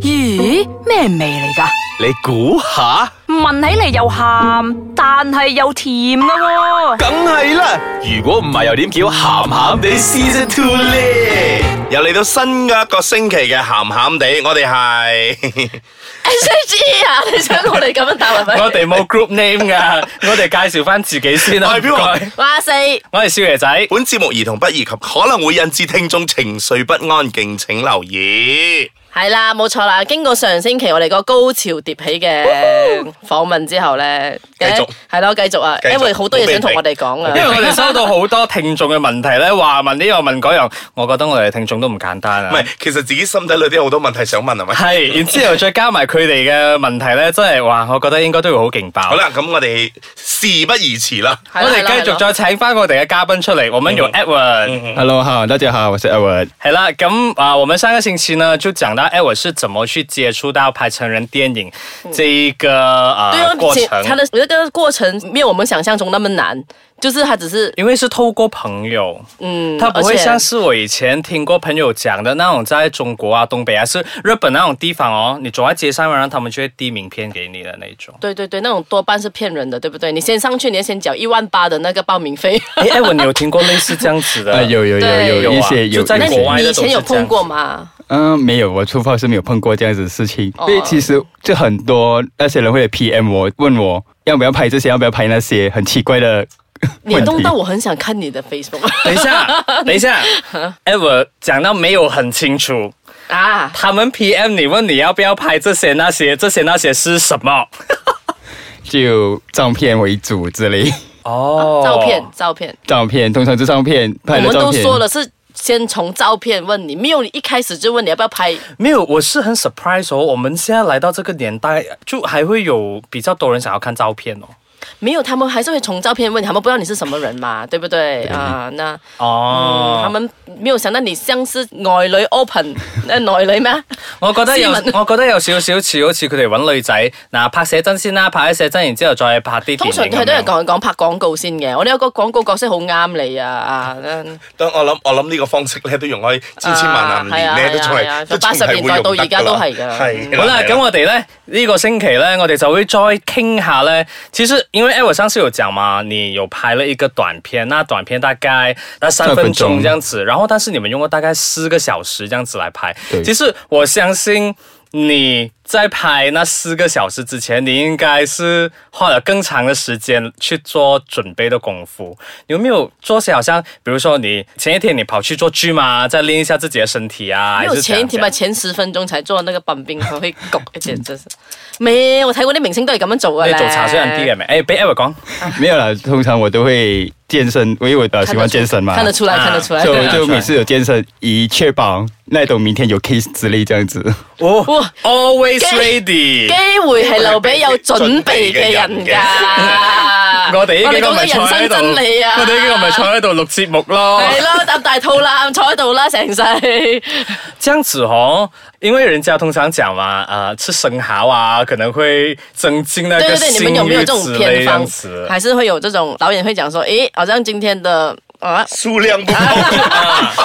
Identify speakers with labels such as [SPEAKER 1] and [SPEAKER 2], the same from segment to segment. [SPEAKER 1] 咦，咩味嚟噶？
[SPEAKER 2] 你估下，
[SPEAKER 1] 聞起嚟又鹹，但係又甜噶喎、
[SPEAKER 2] 梗係啦。如果唔係，又點叫鹹鹹地 Season Two 咧？
[SPEAKER 3] 又嚟到新嘅一個星期嘅咸咸地，我哋係
[SPEAKER 4] H G 啊！你想 我哋咁樣答係咪？
[SPEAKER 5] 我哋冇 group name 噶，我哋介紹翻自己先啦。
[SPEAKER 3] 我係邊個
[SPEAKER 5] 唔該
[SPEAKER 4] 哇四，
[SPEAKER 5] 我係少爺仔。
[SPEAKER 3] 本節目兒童不宜及可能會引致聽眾情緒不安，敬請留意。
[SPEAKER 4] 係啦，冇錯啦。經過上星期我哋個高潮迭起嘅訪問之後咧，
[SPEAKER 3] 繼續
[SPEAKER 4] 係咯，繼續啊，
[SPEAKER 3] 繼續
[SPEAKER 4] 因為好多嘢想同我哋講
[SPEAKER 5] 因為
[SPEAKER 4] 啊。
[SPEAKER 5] 我哋收到好多聽眾嘅問題咧，話問呢樣問嗰樣，我覺得我哋聽眾都唔簡單啊。
[SPEAKER 3] 唔係，其實自己心底裏都有好多問題想問，係咪？
[SPEAKER 5] 係，然之後再加埋佢哋嘅問題咧，真係話，我覺得應該都會好勁爆。
[SPEAKER 3] 好啦，咁我哋事不宜遲啦。嗯
[SPEAKER 4] 係
[SPEAKER 5] 我
[SPEAKER 4] 啦
[SPEAKER 5] 哋
[SPEAKER 4] 係啦
[SPEAKER 5] 繼續
[SPEAKER 4] 係啦
[SPEAKER 5] 再請翻我哋嘅嘉賓出嚟，我們有 Edward，
[SPEAKER 6] Hello，哈，大家好，我是 Edward。
[SPEAKER 5] 係啦，咁啊，我們上個星期呢就講到 Edward 是怎麼去接觸到拍成人電影這一個啊、
[SPEAKER 4] 對啊，
[SPEAKER 5] 過
[SPEAKER 4] 其他
[SPEAKER 5] 程，
[SPEAKER 4] 的那個過程沒有我們想象中那麼難，就是他只 是
[SPEAKER 5] 因為是透過朋友，
[SPEAKER 4] 嗯，
[SPEAKER 5] 他不
[SPEAKER 4] 而
[SPEAKER 5] 會
[SPEAKER 4] 且
[SPEAKER 5] 像是我以前聽過朋友講的那種，在中國啊、東北啊、是日本那種地方哦，你走在街上，然後他們就會遞名片給你的那種。
[SPEAKER 4] 對對對，那種多半是騙人的，對不對？你先上去，你要先繳一萬八的那個報名費。
[SPEAKER 5] 哎，Edward，你有聽過類似這樣子的？
[SPEAKER 6] 啊，有有
[SPEAKER 4] 對
[SPEAKER 6] 有有一些
[SPEAKER 5] 有啊就
[SPEAKER 6] 有，
[SPEAKER 5] 在
[SPEAKER 4] 那
[SPEAKER 6] 一些
[SPEAKER 5] 國外
[SPEAKER 4] 你
[SPEAKER 5] 的
[SPEAKER 4] 以前有碰过吗？
[SPEAKER 6] 嗯，没有，我出发是没有碰过这样子的事情。
[SPEAKER 4] 哦
[SPEAKER 6] 所以其实就很多那些人会 PM 我，问我要不要拍这些，要不要拍那些，很奇怪的
[SPEAKER 4] 你
[SPEAKER 6] 问
[SPEAKER 4] 弄
[SPEAKER 6] 题
[SPEAKER 4] 到。我很想看你的 Facebook
[SPEAKER 5] 等一下，等一下，Ever 讲到没有很清楚，
[SPEAKER 4] 啊！
[SPEAKER 5] 他们 PM 你问你要不要拍这些那些这些那些是什么？
[SPEAKER 6] 就照片为主之类，
[SPEAKER 5] 哦
[SPEAKER 4] 照片，照片，
[SPEAKER 6] 照片通常就照片
[SPEAKER 4] 我
[SPEAKER 6] 拍
[SPEAKER 4] 们
[SPEAKER 6] 的照
[SPEAKER 4] 都
[SPEAKER 6] 片。
[SPEAKER 4] 说了是先从照片问你，没有你一开始就问你要不要拍，
[SPEAKER 5] 没有，我是很 surprise 哦。我们现在来到这个年代，就还会有比较多人想要看照片哦。
[SPEAKER 4] 没有他们还是会从照片问你，他们不知道你是什么人嘛，对不对啊？那
[SPEAKER 5] 哦
[SPEAKER 4] 嗯，他们没有想到你像是外女 open，那內女咩？
[SPEAKER 5] 我覺得有，
[SPEAKER 4] 斯文
[SPEAKER 5] 我覺得有少少似好似佢哋揾女仔，嗱拍寫真先啦，拍咗寫真，然之後再拍啲電
[SPEAKER 4] 通
[SPEAKER 5] 影
[SPEAKER 4] 常佢都
[SPEAKER 5] 咁樣
[SPEAKER 4] 係講講拍廣告先嘅，我哋有個廣告角色好啱你啊啊！嗯
[SPEAKER 3] 當我諗我諗呢個方式咧，都用開千千萬萬
[SPEAKER 4] 啊
[SPEAKER 3] 年
[SPEAKER 4] 係啊
[SPEAKER 3] 咧，都仲
[SPEAKER 4] 係啊
[SPEAKER 3] 係都仲
[SPEAKER 4] 80
[SPEAKER 3] 係會
[SPEAKER 4] 年代
[SPEAKER 3] 用
[SPEAKER 4] 到
[SPEAKER 3] 得
[SPEAKER 4] 而家
[SPEAKER 3] 㗎啦
[SPEAKER 4] 都係㗎
[SPEAKER 3] 係啦
[SPEAKER 5] 好啦，
[SPEAKER 3] 係啦啊
[SPEAKER 5] 咁我哋咧呢、個星期咧，我哋就會再傾下咧。其實因為 e v 上次有講嘛，你有拍了一個短片，那短片大概那三分鐘這樣子，然後但是你們用過大概四個小時這樣子來拍。
[SPEAKER 6] 對
[SPEAKER 5] 其實我相信你在拍那四個小時之前，你應該是花了更長的時間去做準備的功夫。有沒有做些好像，比如說你前一天你跑去做 gym 啊，再練一下自己的身體啊？
[SPEAKER 4] 没
[SPEAKER 5] 還
[SPEAKER 4] 有
[SPEAKER 5] 是怎樣
[SPEAKER 4] 前一天吧，前十分鐘才做那個棒冰，佢會焗，而且真是咩？我睇過啲明星都係咁樣做嘅
[SPEAKER 5] 你
[SPEAKER 4] 咧。
[SPEAKER 5] 做茶水人啲嘅咪？誒，俾 Eric 講。
[SPEAKER 6] 没有啦，通常我都会健身，因为我呃喜欢健身嘛，
[SPEAKER 4] 看得出来，看得出来。
[SPEAKER 6] 就
[SPEAKER 5] 看得出
[SPEAKER 6] 就
[SPEAKER 5] 来
[SPEAKER 6] 每次有健身，以确保那种明天有 case 之类这样子。
[SPEAKER 5] 哦
[SPEAKER 4] 哇
[SPEAKER 5] ，always
[SPEAKER 4] 機
[SPEAKER 5] ready。
[SPEAKER 4] 機會係留俾有準備嘅人㗎。
[SPEAKER 5] 我哋呢幾 個
[SPEAKER 4] 我哋
[SPEAKER 5] 咪
[SPEAKER 4] 講
[SPEAKER 5] 坐
[SPEAKER 4] 嘅人
[SPEAKER 5] 喺
[SPEAKER 4] 生
[SPEAKER 5] 度，
[SPEAKER 4] 真理啊！
[SPEAKER 5] 我哋呢幾個咪坐喺度錄節目咯。
[SPEAKER 4] 係咯，搭大肚腩，坐喺度啦，成世。
[SPEAKER 5] 这樣子哦，因為人家通常講嘛，呃，吃生蠔啊，可能會增進那
[SPEAKER 4] 對
[SPEAKER 5] 個
[SPEAKER 4] 對對，你
[SPEAKER 5] 性
[SPEAKER 4] 們有沒有
[SPEAKER 5] 慾
[SPEAKER 4] 這種
[SPEAKER 5] 之類
[SPEAKER 4] 偏
[SPEAKER 5] 這樣
[SPEAKER 4] 方
[SPEAKER 5] 子？？
[SPEAKER 4] 還是會有這種導演會講說，誒，好像今天的啊
[SPEAKER 3] 數量不夠，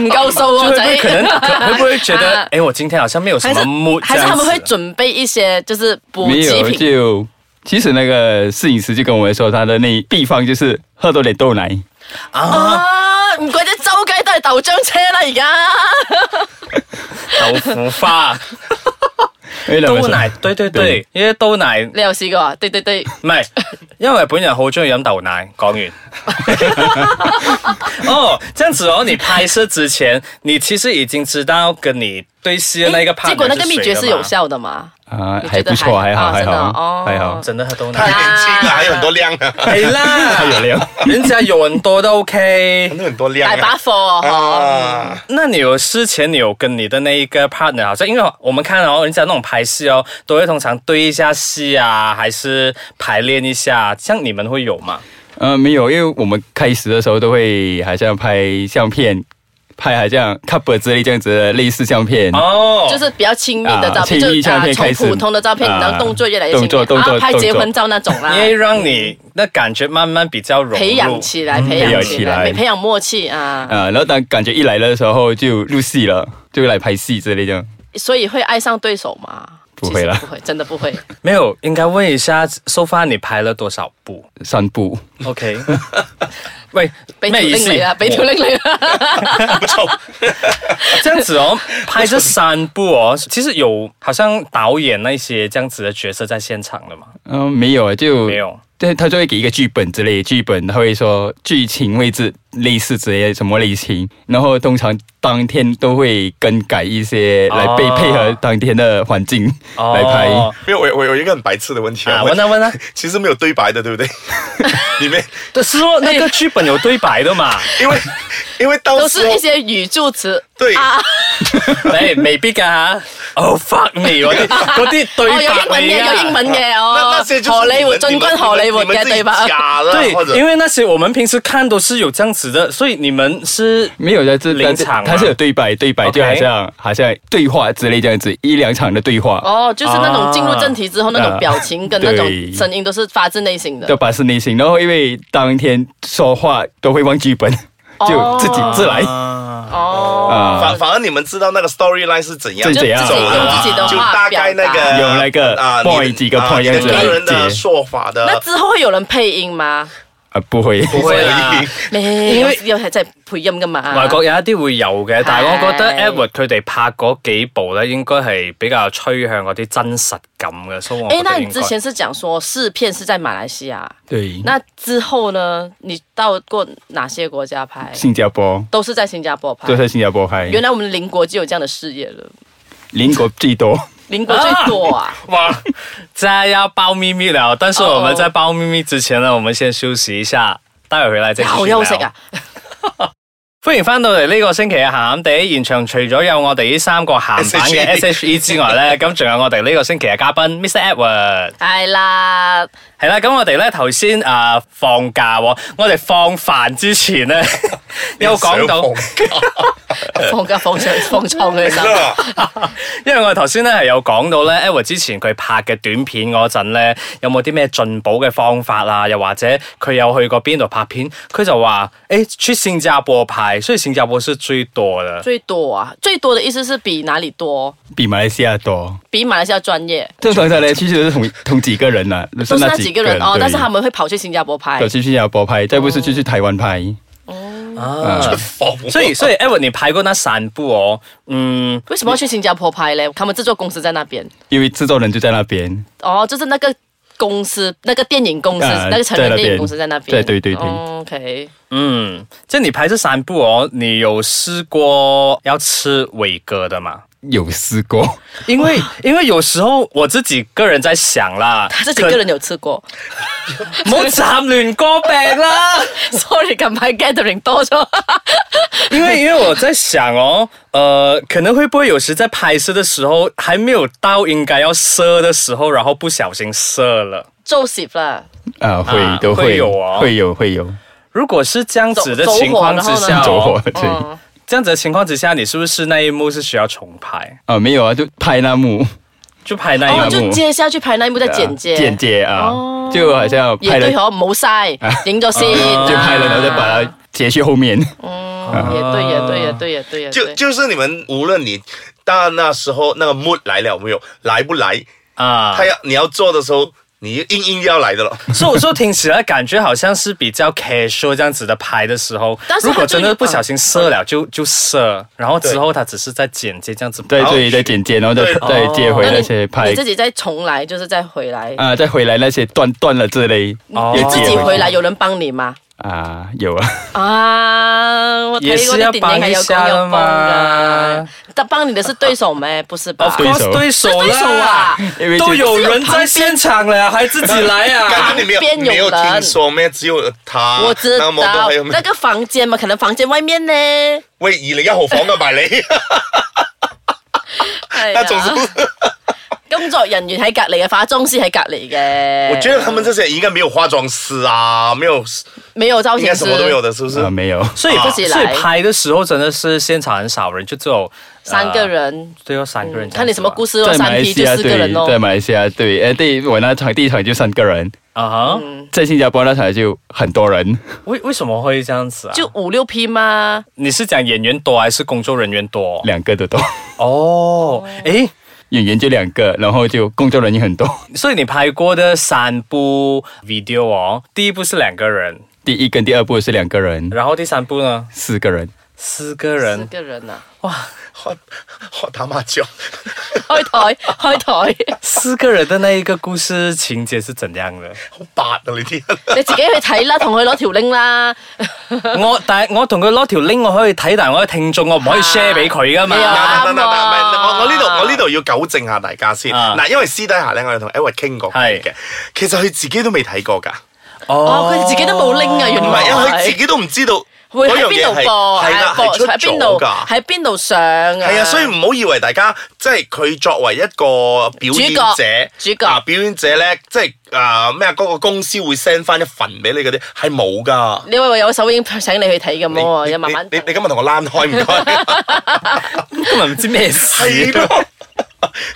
[SPEAKER 4] 唔夠數
[SPEAKER 5] 就
[SPEAKER 4] 啊，
[SPEAKER 5] 會不
[SPEAKER 4] 仔
[SPEAKER 5] 會。可 能可會不會覺得
[SPEAKER 4] 啊，
[SPEAKER 5] 誒，我今天好像沒有什
[SPEAKER 4] 还是
[SPEAKER 5] 麼 mood
[SPEAKER 4] 还
[SPEAKER 5] 這
[SPEAKER 4] 是他
[SPEAKER 5] 樣
[SPEAKER 4] 们会
[SPEAKER 5] 子？
[SPEAKER 4] 准备一些就是补
[SPEAKER 6] 没
[SPEAKER 4] 给
[SPEAKER 6] 有，
[SPEAKER 4] 品，
[SPEAKER 6] 就其实那个摄影师就跟我们说，他的那地方就是喝多点豆奶，
[SPEAKER 5] 啊，
[SPEAKER 4] 啊！唔怪得周街都係豆漿車啦，而家
[SPEAKER 5] 豆腐花、
[SPEAKER 6] 因为他们说
[SPEAKER 5] 豆奶，對對對，因為豆奶
[SPEAKER 4] 你有試過啊？對對對，
[SPEAKER 5] 唔係，因為本人好中意飲豆奶。講完。 哦，這樣子哦，你拍攝之前，你其實已經知道跟你對戲的那個 partner
[SPEAKER 4] 結果那個秘訣是有
[SPEAKER 5] 誰了
[SPEAKER 4] 效的嘛？
[SPEAKER 6] 啊
[SPEAKER 4] 你觉
[SPEAKER 6] 还
[SPEAKER 4] 得
[SPEAKER 6] 不错，
[SPEAKER 4] 还
[SPEAKER 6] 还好还
[SPEAKER 4] 啊真的
[SPEAKER 6] 好
[SPEAKER 4] 哦
[SPEAKER 6] 还
[SPEAKER 5] 嘛
[SPEAKER 6] 好，
[SPEAKER 5] 真的喝豆
[SPEAKER 3] 太
[SPEAKER 5] 奶。
[SPEAKER 3] 年輕啦， 還有很多量啊，
[SPEAKER 5] 係啦，人家有很多都 OK
[SPEAKER 3] 還。有很多量
[SPEAKER 4] 大把
[SPEAKER 3] 啊。
[SPEAKER 4] 貨 哦，
[SPEAKER 3] 啊！
[SPEAKER 5] 那你有事前你有跟你的那一個 partner，好像因為我們看哦，人家那種拍戲哦，都會通常對一下戲啊，還是排練一下，像你們會有嗎？
[SPEAKER 6] 呃没有，因为我们开始的时候都会好像拍相片，拍好像 cover 之类这样子的类似相片，
[SPEAKER 5] 哦，
[SPEAKER 4] 嗯就是比較親密的照
[SPEAKER 6] 啊
[SPEAKER 4] 片，
[SPEAKER 6] 親密
[SPEAKER 4] 就
[SPEAKER 6] 照
[SPEAKER 4] 啊
[SPEAKER 6] 片
[SPEAKER 4] 從
[SPEAKER 6] 開始
[SPEAKER 4] 普通的照片，
[SPEAKER 6] 啊
[SPEAKER 4] 然後動作越來越
[SPEAKER 6] 動作
[SPEAKER 4] 親密，
[SPEAKER 6] 動作
[SPEAKER 4] 啊，拍
[SPEAKER 6] 動作
[SPEAKER 4] 結婚照那種啦
[SPEAKER 5] 因。為讓你那感覺慢慢比較融入。
[SPEAKER 4] 啊培養起來，培養
[SPEAKER 6] 養
[SPEAKER 4] 起
[SPEAKER 6] 起
[SPEAKER 4] 來，
[SPEAKER 6] 來
[SPEAKER 4] 培養默契啊！
[SPEAKER 6] 啊，然后当感觉一来的时候就入戏了，就来拍戏之类这样。
[SPEAKER 4] 所以会爱上对手吗？
[SPEAKER 6] 不会啦
[SPEAKER 4] 其实不会，真的不会。
[SPEAKER 5] 没有，应该问一下，so far 你拍了多少部
[SPEAKER 6] 散步，
[SPEAKER 5] ？OK，喂，
[SPEAKER 4] 俾條
[SPEAKER 5] 咩意
[SPEAKER 4] link
[SPEAKER 5] 思？哦
[SPEAKER 4] 你啦，俾條 link 你啦。
[SPEAKER 3] 不错，
[SPEAKER 5] 这样子 哦，拍这三部哦，其实有好像导演那些这样子的角色在现场的嘛？
[SPEAKER 6] 嗯、没有啊，就
[SPEAKER 5] 没有，
[SPEAKER 6] 对，他就会给一个剧本之类的剧本，他会说剧情位置类似之类的什么类型，然后通常当天都会更改一些来被
[SPEAKER 5] 哦
[SPEAKER 6] 配合当天的环境、
[SPEAKER 5] 哦
[SPEAKER 6] 来拍。
[SPEAKER 3] 没有我我有一个很白痴的问题
[SPEAKER 5] 啊，
[SPEAKER 3] 啊，
[SPEAKER 5] 问啊 问啊，
[SPEAKER 3] 其实没有对白的，对 不对？里面
[SPEAKER 5] 对，是说那个剧本有对白的嘛？
[SPEAKER 3] 因为因为到
[SPEAKER 4] 都
[SPEAKER 3] 时
[SPEAKER 4] 是
[SPEAKER 3] 候
[SPEAKER 4] 一些语助词。
[SPEAKER 3] 对
[SPEAKER 4] 啊，
[SPEAKER 5] 哎，未必噶。Oh fuck me！嗰啲嗰啲
[SPEAKER 4] 哦，有
[SPEAKER 5] 对白
[SPEAKER 4] 英文嘅，
[SPEAKER 5] 嚟噶。
[SPEAKER 4] 有英文嘅
[SPEAKER 3] 那
[SPEAKER 4] 哦
[SPEAKER 3] 那些。就是
[SPEAKER 4] 荷
[SPEAKER 3] 你
[SPEAKER 4] 里活
[SPEAKER 3] 们
[SPEAKER 4] 进
[SPEAKER 3] 你
[SPEAKER 4] 军
[SPEAKER 3] 们
[SPEAKER 4] 荷里活
[SPEAKER 3] 你们
[SPEAKER 4] 嘅
[SPEAKER 3] 自己
[SPEAKER 4] 对吧？
[SPEAKER 3] 假的，
[SPEAKER 5] 对
[SPEAKER 3] 哦或，者
[SPEAKER 5] 因为那些我们平时看都是有这样子的，所以你们是
[SPEAKER 6] 没有在这
[SPEAKER 5] 临场吗
[SPEAKER 6] 他是有对白，对白
[SPEAKER 5] OK
[SPEAKER 6] 就好像好像对话之类这样子，一两场的对话，
[SPEAKER 4] 哦，就是那种进入正题之后，那种表情跟那种
[SPEAKER 6] 对
[SPEAKER 4] 声音都是发自内心的
[SPEAKER 6] 要。发自内心。然后因为当天说话都会忘剧本，就自己自来
[SPEAKER 5] 啊，
[SPEAKER 4] 哦，
[SPEAKER 6] 啊、
[SPEAKER 3] 反反而你们知道那个 storyline 是怎样
[SPEAKER 6] 是怎
[SPEAKER 4] 就
[SPEAKER 6] 样
[SPEAKER 4] 自己
[SPEAKER 3] 走
[SPEAKER 4] 用
[SPEAKER 3] 的，
[SPEAKER 4] 自己的
[SPEAKER 3] 就
[SPEAKER 4] 话
[SPEAKER 3] 大
[SPEAKER 4] 表
[SPEAKER 3] 概那个
[SPEAKER 4] 达。
[SPEAKER 6] 有那个
[SPEAKER 3] 啊，你
[SPEAKER 6] point 几个 point
[SPEAKER 3] 啊
[SPEAKER 6] 这样子
[SPEAKER 3] 你
[SPEAKER 6] 来
[SPEAKER 3] 个人的
[SPEAKER 6] 接
[SPEAKER 3] 说法
[SPEAKER 4] 那
[SPEAKER 3] 的，
[SPEAKER 4] 之后会有人配音 吗？
[SPEAKER 6] 啊，不会，
[SPEAKER 5] 不会啊啦。
[SPEAKER 4] 咩？有有係真係配音噶嘛？
[SPEAKER 5] 外國有一啲會有嘅，但係我覺得
[SPEAKER 4] 啊係
[SPEAKER 5] Edward 佢哋拍嗰幾部咧，應該係比較趨向嗰啲真實感嘅，所以我
[SPEAKER 4] 哎，
[SPEAKER 5] 覺
[SPEAKER 4] 那
[SPEAKER 5] 得
[SPEAKER 4] 你
[SPEAKER 5] 應該
[SPEAKER 4] 之前是讲说试片是在马来西亚，
[SPEAKER 6] 对，
[SPEAKER 4] 那之后呢？你到过哪些国家拍？
[SPEAKER 6] 新加坡
[SPEAKER 4] 都是在新加坡拍
[SPEAKER 6] 都。在新加坡拍，
[SPEAKER 4] 啊原来我们邻国就有这样的事业了，
[SPEAKER 6] 邻国最多。
[SPEAKER 4] 邻国最多 啊！
[SPEAKER 5] 哇，真係要爆秘密了。但是我
[SPEAKER 4] 哦
[SPEAKER 5] 們在爆秘密之前呢，我們先休息一下，待會回來再繼續
[SPEAKER 4] 好
[SPEAKER 5] 聊
[SPEAKER 4] 休息啊！！
[SPEAKER 5] 歡迎翻到嚟呢個星期嘅鹹鹹地現場，除咗有我哋呢
[SPEAKER 4] E
[SPEAKER 5] 三個鹹版 嘅 SHE 之外咧，咁仲有我哋呢個星期嘅嘉賓 Mr. Edward。
[SPEAKER 4] 系哎啦，
[SPEAKER 5] 系啦，咁我哋咧頭先啊放假喎，我哋放飯之前咧有 講到，
[SPEAKER 4] 放假放上放創嘅 心，
[SPEAKER 5] 因為我哋頭先咧係有講到咧 e d 之前佢拍嘅短片嗰陣咧，有冇啲咩進補嘅方法啊？又或者佢有去過邊度拍片？佢就話：诶、去新加坡拍，所以新加坡是最多嘅。
[SPEAKER 4] 最多啊！最多的意思是比哪里多？
[SPEAKER 6] 比马来西亚 多。
[SPEAKER 4] 比马来西亚专业，
[SPEAKER 6] 正常下来其实都是同同几个人啊啦、
[SPEAKER 4] 都是那几个人哦，
[SPEAKER 6] 对
[SPEAKER 4] 但是他们哦会跑去新加坡拍
[SPEAKER 6] 有。去新加坡拍，再不是就去台湾拍。
[SPEAKER 5] 啊所以所以 e d 你拍過那散步哦，嗯，
[SPEAKER 4] 为什么要去新加坡拍嘞？他们制作公司在那边。
[SPEAKER 6] 因为制作人就在那边，
[SPEAKER 4] 哦，就是那个公司，那个电影公司，
[SPEAKER 6] 啊
[SPEAKER 4] 那个成
[SPEAKER 6] 在
[SPEAKER 4] 人
[SPEAKER 6] 那边
[SPEAKER 4] 电影公司在那边。哦
[SPEAKER 6] 对对对对
[SPEAKER 4] o k
[SPEAKER 5] 嗯，即系你排这三部哦，你有试过要吃伟哥的吗？
[SPEAKER 6] 有试过，
[SPEAKER 5] 因为因为有时候我自己个人在想啦，
[SPEAKER 4] 这几个人有吃过
[SPEAKER 5] 可唔好站乱歌病啦。
[SPEAKER 4] ，sorry，近排 gathering 多咗，
[SPEAKER 5] 因为因为我在想哦， 呃，可能会不会有时在拍摄的时候还没有到应该要射的时候，然后不小心射了。
[SPEAKER 4] 周 s 啦，
[SPEAKER 6] 啊，会、
[SPEAKER 5] 啊
[SPEAKER 6] 都
[SPEAKER 5] 会有哦
[SPEAKER 6] 会有会有
[SPEAKER 5] 如果是这样子的
[SPEAKER 4] 走走火
[SPEAKER 5] 情况之
[SPEAKER 4] 然
[SPEAKER 5] 下、
[SPEAKER 4] 后呢
[SPEAKER 6] 走火
[SPEAKER 5] 哦，
[SPEAKER 6] 对、
[SPEAKER 4] 嗯，
[SPEAKER 5] 这样子的情况之下，你是不是那一幕是需要重拍？
[SPEAKER 6] 啊，没有啊，就拍那 幕
[SPEAKER 5] 就拍那一幕
[SPEAKER 4] 哦，
[SPEAKER 6] 幕
[SPEAKER 4] 就接下去拍那一幕再剪接，
[SPEAKER 6] 简介哎啊，就好像
[SPEAKER 4] 哦也
[SPEAKER 6] 拍了啊哦
[SPEAKER 4] 对啊哦，唔好嘥，影咗先，
[SPEAKER 6] 就拍了，然后再把它截去后面。
[SPEAKER 4] 啊，也对，也对，也对，也对，也
[SPEAKER 3] 就
[SPEAKER 4] 对。
[SPEAKER 3] 就是你们无论你到那时候那个 mood 来了没有，来不来，
[SPEAKER 5] 啊
[SPEAKER 3] 他要你要做的时候，你硬硬要来的了。
[SPEAKER 5] 所以我说听起来感觉好像是比较 casual 这样子的拍的时候
[SPEAKER 4] 但，是它
[SPEAKER 5] 如果真
[SPEAKER 4] 对
[SPEAKER 5] 的
[SPEAKER 4] 你
[SPEAKER 5] 不小心射了就就射，然后之后他只是在剪接这样子拍。
[SPEAKER 6] 对对，再剪接，然后再
[SPEAKER 3] 对
[SPEAKER 6] 再接回
[SPEAKER 4] 那
[SPEAKER 6] 那
[SPEAKER 4] 你
[SPEAKER 6] 些拍
[SPEAKER 4] 你自己再重来，就是再回来，
[SPEAKER 6] 啊，再回来那些断断了之类，
[SPEAKER 5] 哦
[SPEAKER 6] 又
[SPEAKER 4] 你自
[SPEAKER 6] 接
[SPEAKER 4] 己
[SPEAKER 6] 去
[SPEAKER 4] 回来有人帮你吗？
[SPEAKER 6] 啊，有啊，
[SPEAKER 4] 啊，我
[SPEAKER 5] 也
[SPEAKER 4] 睇過
[SPEAKER 5] 是要
[SPEAKER 4] 啲電影係有講有幫
[SPEAKER 5] 幫一下
[SPEAKER 4] 噶
[SPEAKER 5] 嘛，
[SPEAKER 4] 但幫你的是對手 咩？不是吧？
[SPEAKER 5] Of course，对啊
[SPEAKER 6] 对
[SPEAKER 5] 手
[SPEAKER 4] 對手
[SPEAKER 5] 啦
[SPEAKER 4] 啊，
[SPEAKER 6] 因为就
[SPEAKER 5] 都有人在现场了，还自己来啊？
[SPEAKER 3] 感 觉你没有
[SPEAKER 4] 旁边有人
[SPEAKER 3] 没有听说咩？只有他，
[SPEAKER 4] 我知
[SPEAKER 3] 啊那
[SPEAKER 4] 道
[SPEAKER 3] 么多还有咩
[SPEAKER 4] 那？個房間嘛，可能房間外面呢？
[SPEAKER 3] 喂，二 零一号房嘅埋你，
[SPEAKER 4] 係
[SPEAKER 3] 那总是
[SPEAKER 4] 啊，咁哎作人員喺隔離嘅，化妝師喺隔離嘅。
[SPEAKER 3] 我觉得他们这些应该没有化妆师啊，没有，
[SPEAKER 4] 没有造
[SPEAKER 3] 应
[SPEAKER 4] 型
[SPEAKER 3] 该
[SPEAKER 4] 师
[SPEAKER 3] 什么都没有的，是不是？
[SPEAKER 6] 呃，没有，
[SPEAKER 5] 所以、
[SPEAKER 4] 啊
[SPEAKER 5] 所以拍的时候真的是现场很少人，就只有、呃
[SPEAKER 4] 三个，人。
[SPEAKER 5] 对哦，三个人、
[SPEAKER 4] 看你什么故
[SPEAKER 5] 事
[SPEAKER 4] 事咯，哦
[SPEAKER 6] 在马
[SPEAKER 4] 三
[SPEAKER 6] 来
[SPEAKER 4] P
[SPEAKER 6] 西
[SPEAKER 4] 就
[SPEAKER 5] 啊
[SPEAKER 6] 亚
[SPEAKER 4] 四个人咯
[SPEAKER 6] 对，。在马来西亚对，哎，对我那场第一场就三个人，
[SPEAKER 5] 啊哈？
[SPEAKER 4] 嗯
[SPEAKER 6] 在新加坡那场就很多人，
[SPEAKER 5] 为为什么会这样子啊？
[SPEAKER 4] 就五六批吗？
[SPEAKER 5] 你是讲演员多还是工作人员多？
[SPEAKER 6] 两个都多，
[SPEAKER 5] 哦，诶，
[SPEAKER 6] 演员就两个，然后就工作人员很多。
[SPEAKER 5] 所以你拍过的三部 video 哦，第一部是两个人，
[SPEAKER 6] 第一跟第二部是两个人，
[SPEAKER 5] 然后第三部呢
[SPEAKER 6] 四个人，
[SPEAKER 5] 四个
[SPEAKER 4] 四
[SPEAKER 5] 人，
[SPEAKER 4] 个人啊！
[SPEAKER 3] 好好打麻将，
[SPEAKER 4] 開台開 台，
[SPEAKER 5] 四个人的那一个故事情节是怎样的？
[SPEAKER 3] 好白啊你啲人。
[SPEAKER 4] 你自己去睇啦，同佢攞條 link 啦。
[SPEAKER 5] 我但系我同佢攞条 link 我可以睇，但系我嘅听众我唔可以 share 俾佢噶嘛
[SPEAKER 4] 你。又
[SPEAKER 3] 嗱嗱嗱
[SPEAKER 4] 啱
[SPEAKER 3] 嗱嗱
[SPEAKER 4] 啊！
[SPEAKER 3] 我我呢度我呢度要糾正下大家先。
[SPEAKER 5] 啊
[SPEAKER 3] 嗱，因為私底下咧，我哋同 Edward 傾過
[SPEAKER 5] 係
[SPEAKER 3] 嘅，其實佢自己都未睇過㗎，
[SPEAKER 4] 哦，佢哋自己都冇 link 啊，原
[SPEAKER 3] 唔係因為佢
[SPEAKER 4] 來
[SPEAKER 3] 自己都唔知道
[SPEAKER 4] 會
[SPEAKER 3] 嗰
[SPEAKER 4] 喺
[SPEAKER 3] 樣
[SPEAKER 4] 邊
[SPEAKER 3] 嘢
[SPEAKER 4] 度
[SPEAKER 3] 係
[SPEAKER 4] 播，
[SPEAKER 3] 係啦，
[SPEAKER 4] 啊播
[SPEAKER 3] 係出
[SPEAKER 4] 喺邊度
[SPEAKER 3] 咗㗎。
[SPEAKER 4] 喺邊度上啊？
[SPEAKER 3] 係啊，所以唔好以為大家即係佢作為一個表演者，
[SPEAKER 4] 主角主角
[SPEAKER 3] 啊表演者咧，即係啊咩啊嗰個公司會 send 翻一份俾你嗰啲係冇㗎。
[SPEAKER 4] 你話有首映請你去睇咁喎，
[SPEAKER 3] 你
[SPEAKER 4] 又慢慢
[SPEAKER 3] 你你你今日同我躝開唔該。
[SPEAKER 5] 今日唔知咩
[SPEAKER 3] 係啊
[SPEAKER 5] 事。
[SPEAKER 3] 咯，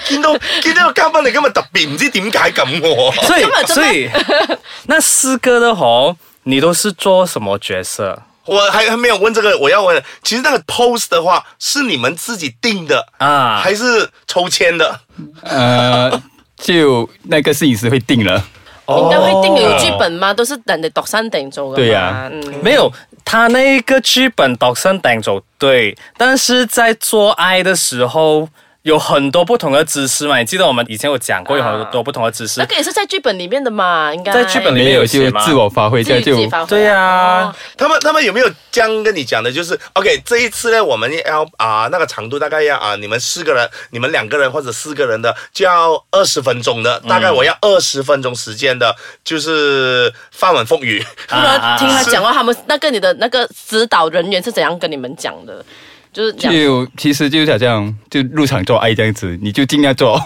[SPEAKER 3] 見到見到個嘉賓，你今日特別唔知點解咁喎。
[SPEAKER 5] 所以所以那四个的吼，你都是做什么角色？
[SPEAKER 3] 我还还没有问这个，我要问，其实那个 pose 的话是你们自己定的
[SPEAKER 5] 啊
[SPEAKER 3] 还是抽签的？
[SPEAKER 6] 呃，就那个摄影师会定了，
[SPEAKER 4] 應該會定有劇本嘛，都是人哋度身定做噶嘛。
[SPEAKER 6] 對啊
[SPEAKER 4] 嗯
[SPEAKER 5] 没有，他那个剧本度身订做对，但是在做爱的时候有很多不同的姿势嘛。你记得我们以前有讲过有很多不同的姿势
[SPEAKER 4] 那，个也是在剧本裡面的嘛，應該
[SPEAKER 5] 在剧本里
[SPEAKER 6] 没
[SPEAKER 5] 面
[SPEAKER 6] 有
[SPEAKER 5] 有
[SPEAKER 6] 就
[SPEAKER 5] 写吗
[SPEAKER 6] 自我发挥，
[SPEAKER 4] 自
[SPEAKER 6] 这样
[SPEAKER 4] 己
[SPEAKER 6] 就
[SPEAKER 4] 自己發揮
[SPEAKER 5] 对啊
[SPEAKER 4] 哦，
[SPEAKER 3] 他们他们有没有这样跟你讲的？就是 OK，这一次呢，我们要啊、那个长度大概要啊、你们四个人，你们两个人或者四个人的就要二十分钟的，大概我要二十分钟时间的，就是翻文风雨。
[SPEAKER 4] 不知道听他讲话，他们那个你的那个指导人员是怎样跟你们讲的？就是讲
[SPEAKER 6] 就其实就想这样，就入场做爱这样子，你就尽量 做，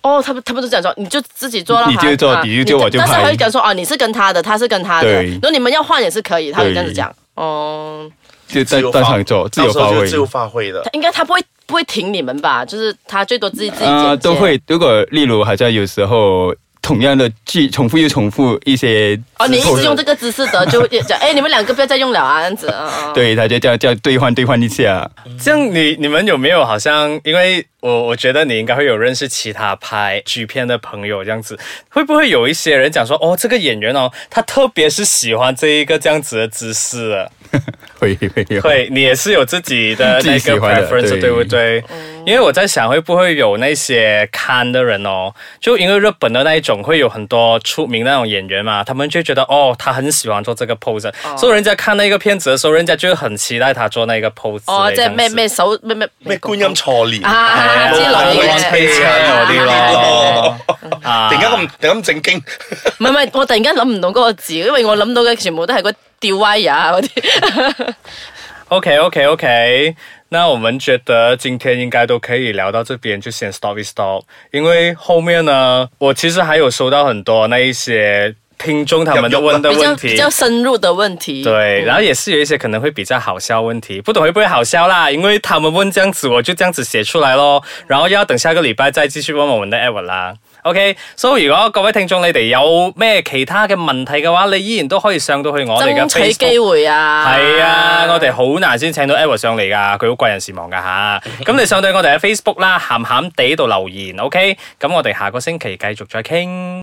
[SPEAKER 4] 哦，他们他们都讲说，你就自己做了，
[SPEAKER 6] 你就做
[SPEAKER 4] 啊
[SPEAKER 6] 你就做我就
[SPEAKER 4] 但是
[SPEAKER 6] 拍
[SPEAKER 4] 他会讲说，哦，你是跟他的，他是跟他的，
[SPEAKER 6] 对
[SPEAKER 4] 然后你们要换也是可以，他会这样子
[SPEAKER 6] 对
[SPEAKER 4] 讲。哦，
[SPEAKER 6] 就
[SPEAKER 3] 自
[SPEAKER 6] 在
[SPEAKER 3] 由
[SPEAKER 6] 当
[SPEAKER 3] 发
[SPEAKER 6] 场做，自由
[SPEAKER 3] 到时候
[SPEAKER 6] 发
[SPEAKER 3] 就
[SPEAKER 6] 挥
[SPEAKER 3] 自。由发挥的
[SPEAKER 4] 他。应该他不会不会停你们吧？就是他最多自己自己剪
[SPEAKER 6] 啊、
[SPEAKER 4] 接
[SPEAKER 6] 都会。如果例如好像有时候同样的剧重复又重复一些
[SPEAKER 4] 哦，你一直用这
[SPEAKER 6] 个，
[SPEAKER 4] 个姿势的，就会讲，哎，你们两个不要再用了啊，这样子。哦、哦，
[SPEAKER 6] 对，他就这样这样兑换兑换一下。
[SPEAKER 5] 这样你你们有没有好像？因为我我觉得你应该会有认识其他拍剧片的朋友，这样子会不会有一些人讲说，哦，这个演员哦，他特别是喜欢这一个这样子的姿势 的。
[SPEAKER 6] 会会有
[SPEAKER 5] 会，你也是有自己的
[SPEAKER 6] 自己
[SPEAKER 5] 那
[SPEAKER 6] 喜
[SPEAKER 5] 个
[SPEAKER 6] 欢的
[SPEAKER 5] preference，
[SPEAKER 6] 对
[SPEAKER 5] 对不对？因为我在想，会不会有那些看的人哦，就因为日本的那一种会有很多出名的那种演员嘛，他们就觉得哦，他很喜欢做这个 pose，、所以人家看那个片子的时候，人家就很期待他做那个 pose 之类。
[SPEAKER 4] 哦，即
[SPEAKER 5] 这
[SPEAKER 4] 系
[SPEAKER 5] 样子
[SPEAKER 4] 咩咩手咩咩
[SPEAKER 3] 咩觀音錯年，
[SPEAKER 4] 啊
[SPEAKER 5] 啊
[SPEAKER 4] 之
[SPEAKER 5] 好
[SPEAKER 4] 類
[SPEAKER 5] 玩啊推
[SPEAKER 4] 嘅
[SPEAKER 5] 車嗰啲咯，啊
[SPEAKER 3] 突然間咁突然間咁正經，
[SPEAKER 4] 唔係唔係，我突然間諗唔到嗰個字，因為我諗到嘅全部都係嗰吊威啊嗰啲。
[SPEAKER 5] OK OK OK，那我们觉得今天应该都可以聊到这边，就先 stop 一 stop，因为后面呢，我其实还有收到很多那一些听众他们都问的
[SPEAKER 4] 比較
[SPEAKER 5] 问
[SPEAKER 4] 比嗯
[SPEAKER 5] 题
[SPEAKER 4] 較。深入的問題。
[SPEAKER 5] 对，然后也是有一些可能会比较好笑问题，不懂会不会好笑啦？因为他们问这样子，我就这样子写出来咯。然后要等下个礼拜再继续问我们的 Edward 啦。OK，所、以如果各位听众你哋有咩其他嘅问题嘅话，你依然都可以上到去我哋嘅
[SPEAKER 4] 爭取
[SPEAKER 5] Facebook
[SPEAKER 4] 機會啊！
[SPEAKER 5] 係啊，我哋好難先請到 Edward 上嚟噶，佢好貴人事忙噶吓。咁你上到我哋嘅 Facebook 啦，鹹鹹地度留言，OK？咁我哋下個星期繼續再傾。